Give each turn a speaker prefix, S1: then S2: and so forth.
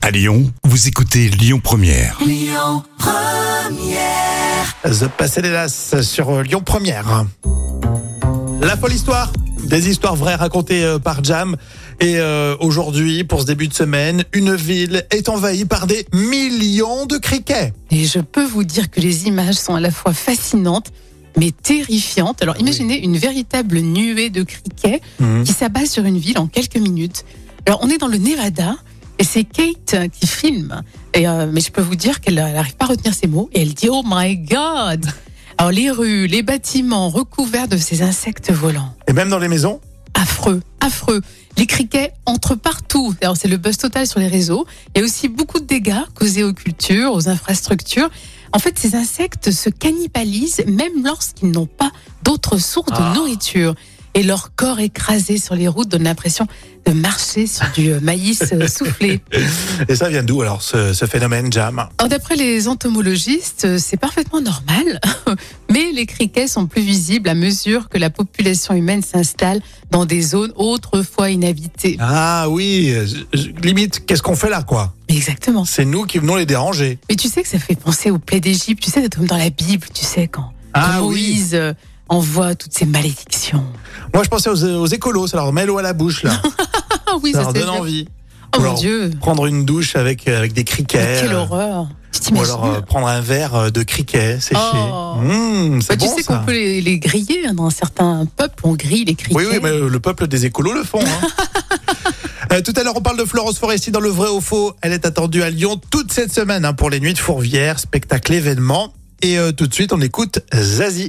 S1: À Lyon, vous écoutez Lyon Première.
S2: The Passedelas sur euh, Lyon Première. La folle histoire, des histoires vraies racontées euh, par Jam. Et euh, aujourd'hui, pour ce début de semaine, une ville est envahie par des millions de criquets.
S3: Et je peux vous dire que les images sont à la fois fascinantes mais terrifiantes. Alors imaginez une véritable nuée de criquets qui s'abat sur une ville en quelques minutes. Alors on est dans le Nevada et c'est Kate euh, qui filme. Et, euh, mais je peux vous dire qu'elle n'arrive pas à retenir ses mots et elle dit Oh my God Alors les rues, les bâtiments recouverts de ces insectes volants.
S2: Et même dans les maisons.
S3: Affreux, affreux. Les criquets entrent partout. Alors c'est le buzz total sur les réseaux. Il y a aussi beaucoup de dégâts causés aux cultures, aux infrastructures. En fait, ces insectes se cannibalisent même lorsqu'ils n'ont pas d'autres sources
S2: Ah.
S3: de nourriture. Et leur corps écrasé sur les routes donne l'impression de marcher sur du euh, maïs euh, soufflé.
S2: Et ça vient d'où alors ce, ce phénomène, Jam
S3: Alors, D'après les entomologistes, euh, c'est parfaitement normal, mais les criquets sont plus visibles à mesure que la population humaine s'installe dans des zones autrefois inhabitées.
S2: Ah oui, euh, je- limite, qu'est-ce qu'on fait là, quoi
S3: Exactement.
S2: C'est nous qui venons les déranger.
S3: Mais tu sais que ça fait penser aux plaies d'Égypte, tu sais, comme dans la Bible, tu sais, quand,
S2: Ah
S3: quand Moïse euh, envoie toutes ces malédictions.
S2: Moi, je pensais aux, aux écolos, ça leur met l'eau à la bouche, là.
S3: Ah oui,
S2: ça
S3: ça
S2: leur
S3: c'est
S2: donne
S3: vrai.
S2: envie.
S3: Oh mon
S2: Alors,
S3: Dieu,
S2: Prendre une douche avec, euh, avec des
S3: mais
S2: criquets.
S3: quelle
S2: euh,
S3: horreur. Tu
S2: Ou
S3: t'imagines
S2: alors euh, prendre un verre euh, de criquet séché.
S3: Oh.
S2: Mmh, c'est
S3: Bah, Tu
S2: bon,
S3: sais
S2: ça.
S3: qu'on peut les, les griller hein, dans certains peuples, on grille les criquets.
S2: Oui, oui, mais euh, le peuple des écolos le font. hein. Euh, tout à l'heure, on parle de Florence Foresti dans Le Vrai au Faux. Elle est attendue à Lyon toute cette semaine hein, pour les Nuits de Fourvière, spectacle événement. Et euh, tout de suite, on écoute Zazie.